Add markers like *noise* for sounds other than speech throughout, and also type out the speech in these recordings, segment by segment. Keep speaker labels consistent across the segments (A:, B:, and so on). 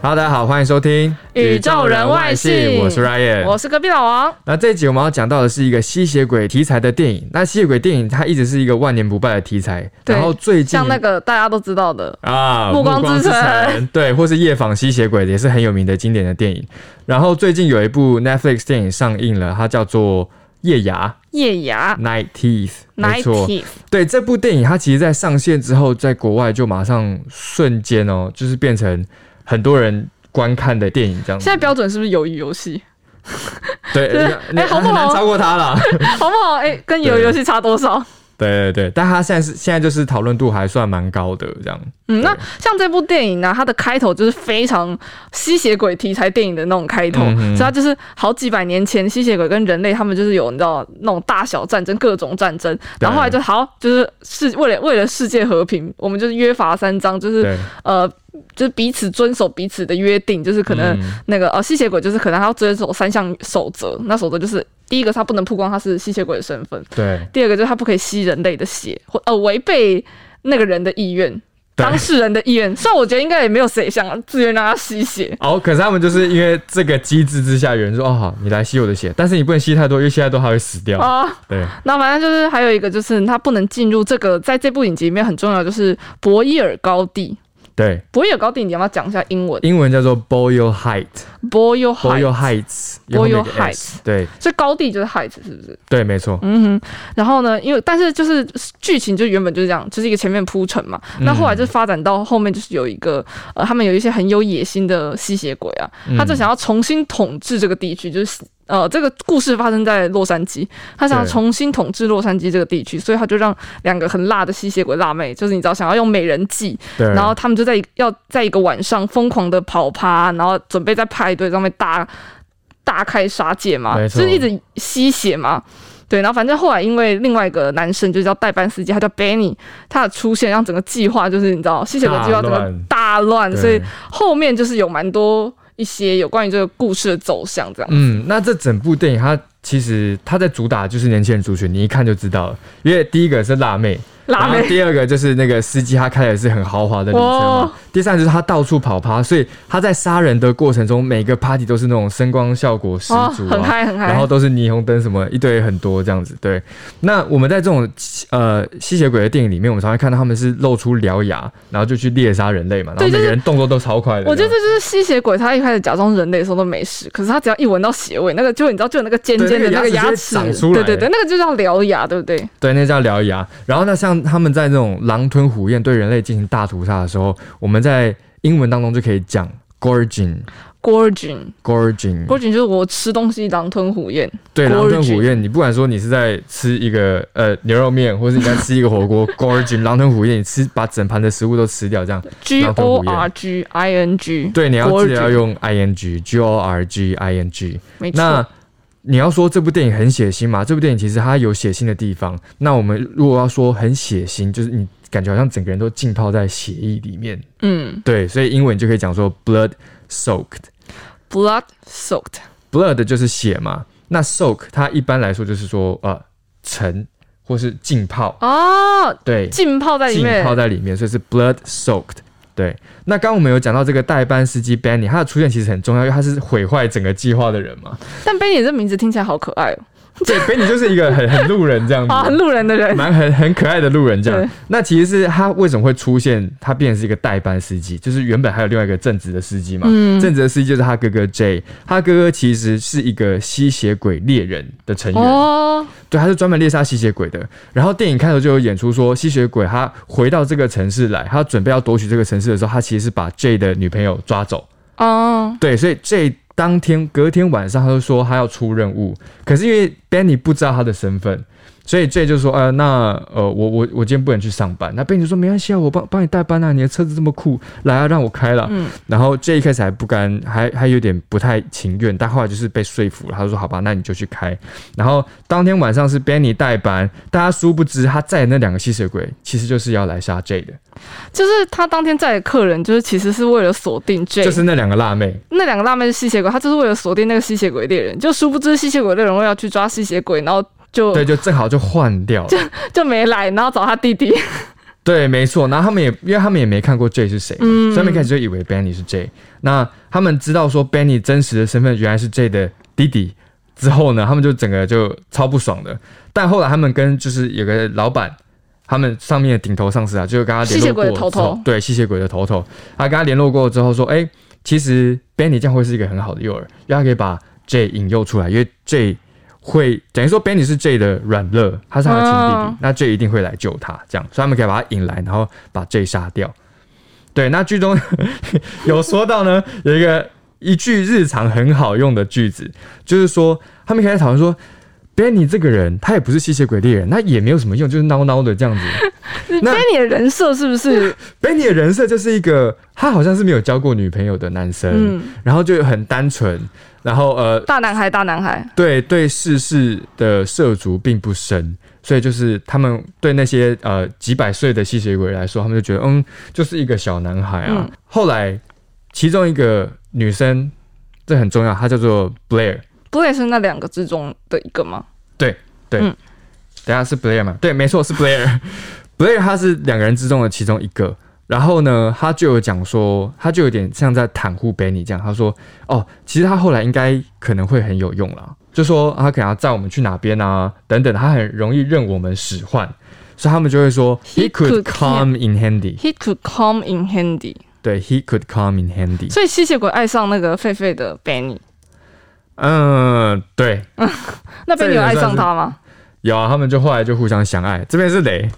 A: Hello，大家好，欢迎收听《
B: 宇宙人外星
A: 我是 Ryan，
B: 我是隔壁老王，
A: 那这一集我们要讲到的是一个吸血鬼题材的电影。那吸血鬼电影它一直是一个万年不败的题材，
B: 对
A: 然后最近
B: 像那个大家都知道的，
A: 啊，
B: 暮光之城
A: 对，或是夜访吸血鬼也是很有名的经典的电影。然后最近有一部 Netflix 电影上映了，它叫做《夜牙
B: 夜牙》
A: （Night Teeth），没
B: 啊 Night
A: 错。
B: Teeth，
A: 对这部电影，它其实在上线之后，在国外就马上瞬间哦，就是变成很多人观看的电影这样
B: 现
A: 子。
B: 在标准是不是鱿鱼游戏？
A: *laughs* 对，
B: 对
A: 你
B: 哎好不
A: 很难
B: 好
A: 超过它了。
B: 好不好？哎、跟鱿鱼游戏差多
A: 嗯
B: 少？
A: *laughs* 对对对，但他现在是现在就是讨论度还算蛮高的这样。
B: 嗯，那像这部电影呢、它的开头就是非常吸血鬼题材电影的那种开头，
A: 嗯哼
B: 所以它就是好几百年前吸血鬼跟人类他们就是有你知道那种大小战争、各种战争，然后后来就好就是世为了为了世界和平，我们就是约法三章，就是
A: 对，
B: 呃就是彼此遵守彼此的约定，就是可能
A: 嗯嗯
B: 那个呃吸血鬼就是可能他要遵守三项守则，那守则就是第一个是他不能曝光他是吸血鬼的身份，
A: 对
B: 第二个就是他不可以吸人类的血，或呃违背那个人的意愿。
A: 对
B: 当事人的意愿，虽然我觉得应该也没有谁想自愿让他吸血，
A: *laughs* 哦，可是他们就是因为这个机制之下，有人说哦好，你来吸我的血，但是你不能吸太多，因为吸太多它会死掉。
B: 啊、
A: 对，
B: 那反正就是还有一个就是他不能进入这个，在这部影集里面很重要的就是博伊尔高地。
A: 对，
B: 博伊尔高地，你要不要讲一下英文
A: 英文叫做 Boyle Height，Boyle
B: ？Boyle i g h
A: Heights，有后面有个
B: Boyle
A: S，对
B: 所以高地就是 height 是不是？
A: 对，没错，
B: 嗯哼，然后呢，因为但是就是剧情就原本就是这样，就是一个前面铺陈嘛。
A: 嗯
B: 那后来就发展到后面就是有一个呃，他们有一些很有野心的吸血鬼啊，
A: 嗯
B: 他就想要重新统治这个地区，就是。呃，这个故事发生在洛杉矶，他想要
A: 对
B: 重新统治洛杉矶这个地区，所以他就让两个很辣的吸血鬼辣妹，就是你知道想要用美人计，
A: 对，
B: 然后他们就在一要在一个晚上疯狂的跑趴，然后准备在派对上面大大开杀戒嘛，
A: 没
B: 就
A: 错
B: 是一直吸血嘛。对，然后反正后来因为另外一个男生就叫代班司机，他叫 Benny，他的出现让整个计划就是你知道吸血鬼计划
A: 大
B: 整个
A: 乱
B: 大乱，所以
A: 对
B: 后面就是有蛮多一些有关于这个故事的走向这样。
A: 嗯，那这整部电影它其实它在主打就是年轻人族群，你一看就知道了，因为第一个是辣妹，
B: 辣
A: 然后
B: 妹
A: 第二个就是那个司机，他开的是很豪华的旅车嘛
B: 哦。
A: 第三就是他到处跑趴，所以他在杀人的过程中，每个 party 都是那种声光效果十足、啊
B: 哦，很嗨很嗨
A: 然后都是霓虹灯什么一堆很多这样子。对，那我们在这种呃吸血鬼的电影里面，我们常会看到他们是露出獠牙，然后就去猎杀人类嘛，然后
B: 对
A: 每
B: 就是
A: 个人动作都超快的。
B: 我觉得
A: 这
B: 这就是吸血鬼，他一开始假装人类的时候都没事，可是他只要一闻到血味，那个就你知道，就有那个尖尖的
A: 对那个
B: 个
A: 牙
B: 牙
A: 齿
B: 齿，
A: 直接长出来
B: 对对对，那个就叫獠牙，对不对？
A: 对，那叫獠牙。然后呢，像他们在那种狼吞虎咽对人类进行大屠杀的时候，我们在英文当中就可以讲 gorging，gorging。
B: gorging
A: gorging
B: gorging 就是我吃东西狼吞虎咽，
A: 对，
B: Gorging
A: 狼吞虎咽，你不管说你是在吃一个呃牛肉面，或是你在吃一个火
B: *laughs*
A: 锅，gorging 狼吞虎咽，你吃把整盘的食物都吃掉，这样
B: g
A: 狼吞
B: o
A: 虎咽
B: r g i n g，
A: 对，你要记
B: gorging
A: 得要用 i n g g o r g i n g。
B: 没错
A: 那。你要说这部电影很血腥嘛？这部电影其实它有血腥的地方。那我们如果要说很血腥，就是你感觉好像整个人都浸泡在血液里面。
B: 嗯
A: 对，所以英文就可以讲说 blood soaked。
B: ，blood soaked，
A: blood 就是血嘛，那 soak 它一般来说就是说呃沉或是浸泡，
B: 哦，
A: 对，
B: 浸泡在里
A: 浸
B: 面
A: 泡，在里面，所以是 blood soaked。对，那刚刚我们有讲到这个代班司机 Benny，他的出现其实很重要，因为他是毁坏整个计划的人
B: *laughs*
A: 嘛。
B: 但 Benny 这名字听起来好可爱哦，
A: 对，Benny 就是一个很很路人这样子，
B: *laughs* 啊，很路人的人，
A: 蛮很很可爱的路人这样
B: 对。
A: 那其实是他为什么会出现，他变成是一个代班司机，就是原本还有另外一个正职的司机嘛。
B: 嗯
A: 正职的司机就是他哥哥 J，他哥哥其实是一个吸血鬼猎人的成员，
B: 哦，
A: 对，他是专门猎杀吸血鬼的。然后电影开头就有演出说，吸血鬼他回到这个城市来，他准备要夺取这个城市的时候，他其实是把 J 的女朋友抓走。
B: 哦，
A: 对，所以 J 当天隔天晚上他就说他要出任务，可是因为 Benny 不知道他的身份，所以 J 就说，呃，那呃，我我我今天不能去上班。那贝尼说没关系啊，我帮帮你代班啊，你的车子这么酷，来啊，让我开了。
B: 嗯
A: 然后 J 一开始还不甘，还还有点不太情愿，但后来就是被说服了，他就说好吧，那你就去开。然后当天晚上是 Benny 代班，大家殊不知他载的那两个吸血鬼其实就是要来杀 J 的，
B: 就是他当天载的客人，就是其实是为了锁定 J，
A: 就是那两个辣妹。
B: 那两个辣妹是吸血鬼，他就是为了锁定那个吸血鬼猎人，就殊不知吸血鬼猎人为了要去抓吸血鬼，然后就
A: 对，就正好就换掉了。
B: 就没来，然后找他弟弟。
A: 对，没错。然后他们也，因为他们也没看过 J 是谁嘛，
B: 嗯
A: 所以他们一开始就以为 Benny 是 J。那他们知道说 Benny 真实的身份原来是 J 的弟弟之后呢，他们就整个就超不爽的。但后来他们跟就是有个老板，他们上面的顶头上司啊，就跟他联
B: 吸血
A: 络过
B: 鬼的
A: 之
B: 头
A: 后，
B: 头
A: 对，吸血鬼的头头，他跟他联络过之后说，哎、其实 Benny 这样会是一个很好的诱饵，因为他可以把 J 引诱出来，因为 J 会等于说 Benny 是 J 的软肋，他是他的亲弟弟，
B: 嗯
A: 那 J 一定会来救他，这样，所以他们可以把他引来，然后把 J 杀掉。对，那剧中 *laughs* 有说到呢，有一个一句日常很好用的句子，就是说他们一开始讨论说。Benny 这个人，他也不是吸血鬼猎人，那也没有什么用，就是孬孬的这样子。那
B: 那你的人设是不是？
A: Benny 的人设就是一个，他好像是没有交过女朋友的男生，
B: 嗯，
A: 然后就很单纯，然后呃，
B: 大男孩，大男孩。
A: 对对世事的涉足并不深，所以就是他们对那些呃几百岁的吸血鬼来说，他们就觉得嗯，就是一个小男孩啊。
B: 嗯
A: 后来其中一个女生，这很重要，她叫做 Blair，
B: 不也是那两个之中的一个吗？
A: 等一下是 Blair 嘛？对，没错是 *laughs* Blair。Blair 他是两个人之中的其中一个。然后呢，他就有讲说，他就有点像在袒护 Benny 这样。他说：“哦，其实他后来应该可能会很有用啦，就说啊他可能要载我们去哪边啊，等等，他很容易任我们使唤，所以他们就会说
B: He
A: he could
B: could
A: come in handy，
B: He could come in handy。
A: 对，he could come in handy。
B: 所以吸血鬼爱上那个狒狒的 Benny，
A: 嗯，对，
B: 那 Benny 有爱上他吗？
A: 有啊，他们就后来就互相相爱。这边是雷，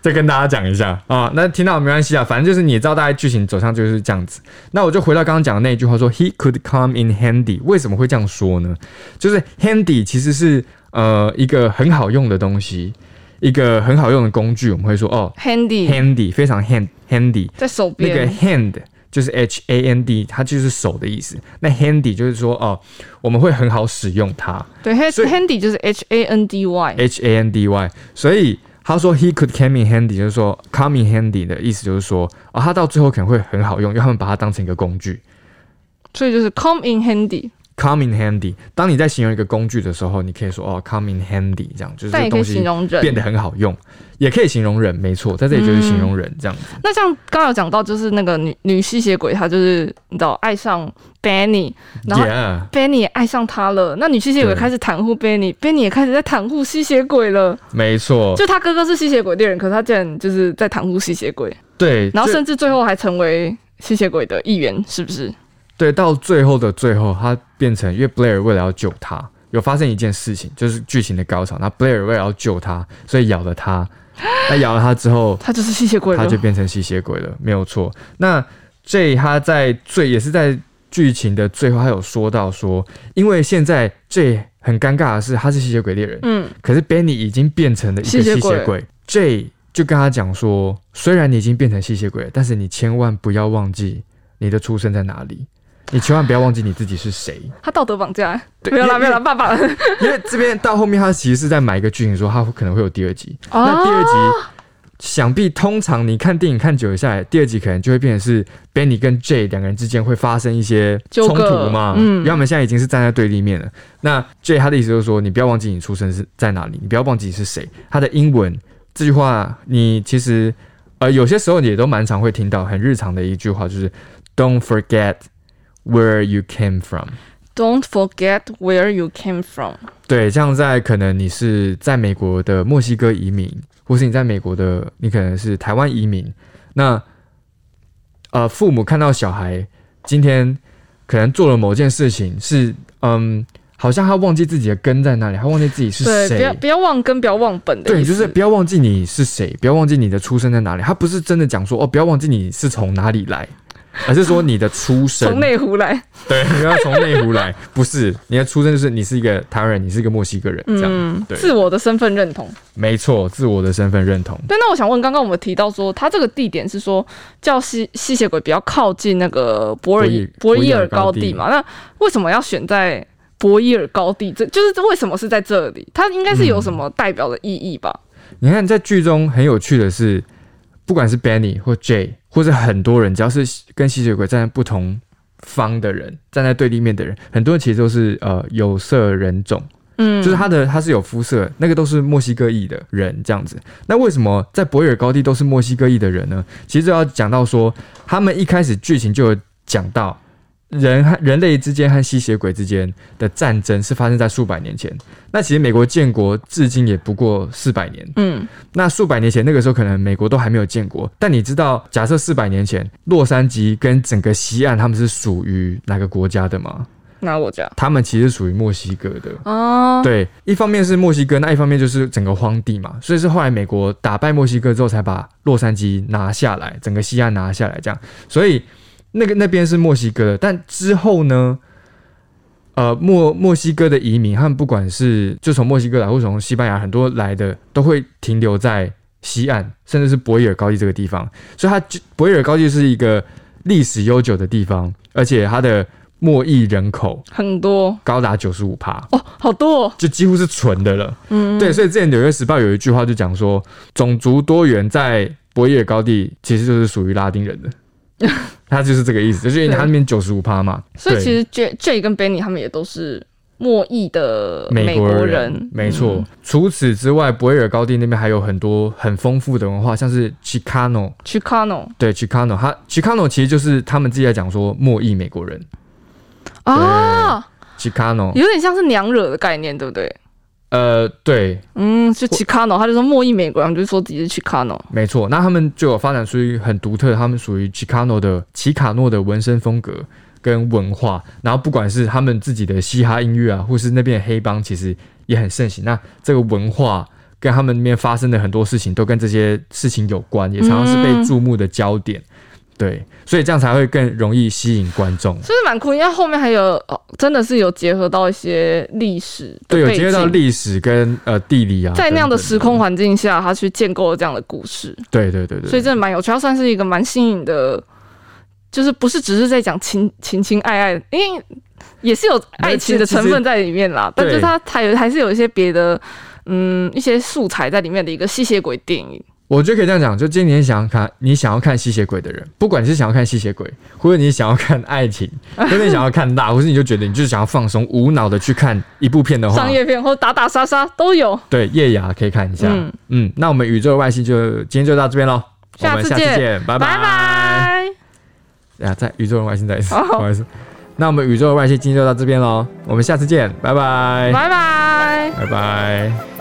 A: 再跟大家讲一下啊。那听到没关系啊，反正就是你也知道大概剧情走向就是这样子。那我就回到刚刚讲的那一句话说，He could come in handy。为什么会这样说呢？就是 handy 其实是呃一个很好用的东西，一个很好用的工具。我们会说哦
B: Handy
A: ，handy 非常 hand handy。
B: 在手
A: 那个
B: 边，
A: hand 就是 h a n d，它就是手的意思。那 handy 就是说哦，我们会很好使用它。
B: 对
A: 所以哎
B: ，Handy 就是 H A N D Y，
A: H A N D Y，所以他说 he could come in handy，就是说 come in handy 的意思就是说啊、他到最后可能会很好用，因为他们把它当成一个工具。
B: 所以就是 come in handy，
A: come in handy，当你在形容一个工具的时候，你可以说哦 come in handy，这样就是
B: 但
A: 这
B: 也可以
A: 东
B: 形
A: 西
B: 容
A: 变
B: 人。
A: 得很好用，也可以形容人，没错，在这里就是形容人这样子。
B: 那像刚刚有讲到，就是那个女女吸血鬼，她就是你知道爱上 Benny，然嗯后
A: 嗯 yeah，
B: Benny 也爱上她了，那女吸血鬼
A: 对
B: 开始袒护 Benny，Benny 也开始在袒护吸血鬼了。
A: 没错，
B: 就他哥哥是吸血鬼猎人，可是他竟然就是在袒护吸血鬼，
A: 对，
B: 然后
A: 这
B: 甚至最后还成为吸血鬼的一员，是不是？
A: 对，到最后的最后，他变成因为 Blair 为了要救他，有发生一件事情，就是剧情的高潮。那 Blair 为了要救他，所以咬了他。那咬了他之后，
B: 他就是吸血鬼
A: 他
B: 了
A: 就。变成吸血鬼了，没有错。那 J 他在最也是在剧情的最后，他有说到说，因为现在 J 很尴尬的是，他是吸血鬼猎人，
B: 嗯，
A: 可是 Benny 已经变成了一个吸
B: 吸
A: 血
B: 血鬼
A: 鬼，J 就跟他讲说，虽然你已经变成吸血鬼了，但是你千万不要忘记你的出生在哪里，你千万不要忘记你自己是谁。
B: 他道德绑架，
A: 对
B: *laughs* 没有啦，
A: 因为
B: 没有啦，爸爸。
A: 因为这边到后面，他其实是在埋一个剧情，说他可能会有第二集。 *laughs* 那第二
B: Oh, 哦
A: 集，想必通常你看电影看久了下来，第二集可能就会变成是 Benny 跟 J 两个人之间会发生一些
B: 纠
A: 冲
B: 葛
A: 突嘛，
B: 嗯
A: 因为他们现在已经是站在对立面了。那 J 他的意思就是说，你不要忘记你出生是在哪里，你不要忘记你是谁。他的英文这句话，你其实呃有些时候也都蛮常会听到，很日常的一句话就是 Don't forget where you came from。
B: Don't forget where you came from。
A: 对，像在可能你是在美国的墨西哥移民，或是你在美国的，你可能是台湾移民。那呃，父母看到小孩今天可能做了某件事情，是嗯，好像他忘记自己的根在哪里，他忘记自己是
B: 对，不要
A: 谁。
B: 不要忘根，不要忘本的
A: 对，
B: 意思。
A: 就是不要忘记你是谁，不要忘记你的出生在哪里。他不是真的讲说哦，不要忘记你是从哪里来。而是说你的出身
B: 从内湖来，
A: 对，你要从内湖来，不是你的出身就是你是一个台湾人，你是一个墨西哥人，这样、
B: 嗯，
A: 对
B: 自我的身份认同。
A: 没错，自我的身份认同。
B: 对，那我想问，刚刚我们提到说，它这个地点是说叫吸吸血鬼比较靠近那个博尔
A: 伊
B: 博伊
A: 博伊尔
B: 尔高地嘛？那为什么要选在博伊尔高地？这就是为什么是在这里？它应该是
A: 嗯
B: 有什么代表的意义吧？
A: 你看，在剧中很有趣的是，不管是 Benny 或 J，或者很多人，只要是跟吸血鬼站在不同方的人，站在对立面的人，很多人其实都是呃有色人种，
B: 嗯，
A: 就是他的他是有肤色，那个都是墨西哥裔的人这样子。那为什么在博尔高地都是墨西哥裔的人呢？其实就要讲到说，他们一开始剧情就有讲到。人和人类之间和吸血鬼之间的战争是发生在数百年前。那其实美国建国至今也不过四百年，
B: 嗯，
A: 那数百年前那个时候，可能美国都还没有建国。但你知道，假设四百年前洛杉矶跟整个西岸他们是属于哪个国家的吗？
B: 那我这样
A: 他们其实属于墨西哥的。
B: 啊，
A: 对，一方面是墨西哥，那一方面就是整个荒地嘛，所以是后来美国打败墨西哥之后，才把洛杉矶拿下来，整个西岸拿下来，这样。所以那个那边是墨西哥的，但之后呢，呃，墨墨西哥的移民，他们不管是就从墨西哥来，或者从西班牙很多来的，都会停留在西岸，甚至是博伊尔高地这个地方。所以它就博伊尔高地是一个历史悠久的地方，而且它的墨裔人口
B: 很多
A: 高达九十五趴。
B: 哦，好多、哦，
A: 就几乎是纯的了。
B: 嗯，
A: 对，所以之前《纽约时报》有一句话就讲说，种族多元在博伊尔高地其实就是属于拉丁
B: *laughs*
A: 人的，他就是这个意思，就是因为他那边九十五趴嘛。
B: 所以
A: 对
B: 其实 J J 跟 Benny 他们也都是莫裔的
A: 美
B: 国嗯
A: 国没错。除此之外，博伊尔高地那边还有很多很丰富的文化，像是 Chicano，
B: ，Chicano
A: 对 Chicano，他 Chicano 其实就是他们自己在讲说莫裔美国人
B: 啊，
A: Chicano，
B: 有点像是娘惹的概念，对不对？
A: 呃，对，
B: 嗯，就 Chicano，他就说莫裔美国人，他们就说自己是 Chicano。
A: 没错，那他们就有发展出一个很独特，他们属于 Chicano 的奇卡诺的纹身风格跟文化，然后不管是他们自己的嘻哈音乐啊，或是那边的黑帮，其实也很盛行。那这个文化跟他们那边发生的很多事情，都跟这些事情有关，也常常是被注目的焦点。对，所以这样才会更容易吸引观众。
B: 所以蛮酷，因为后面还有、哦、真的是有结合到一些历史的
A: 对，有
B: 背
A: 结合到
B: 景
A: 历史跟呃地理啊，
B: 在那样的
A: 等等
B: 时空，环境下，他去建构了这样的故事，
A: 对对对对，
B: 所以真的蛮有趣，它算是一个蛮新颖的，就是不是只是在讲情情情爱爱，因为也是有爱情的成分在里面啦，
A: 对
B: 但
A: 其
B: 就
A: 实
B: 是它还有还是有一些别的，嗯，一些素材在里面的一个吸血鬼电影，
A: 我觉得可以这样讲，就今年想要看你想要看吸血鬼的人，不管你是想要看吸血鬼，或者你想要看爱情，或者你想要看辣，或是你就觉得你就是想要放松、无脑的去看一部片的话
B: 商，业片或打打杀杀都有。
A: 对夜雅可以看一下。嗯
B: 嗯
A: 那我们宇宙外星就今天就到这边喽，我
B: 下
A: 们
B: 次
A: 下次
B: 见
A: 见，拜哎哦
B: 拜拜。
A: 啊，在宇宙人外星再一次，
B: 好
A: 不好意思。那我们宇宙人外星今天就到这边喽，我们下次见，拜拜，
B: 拜拜
A: 拜拜。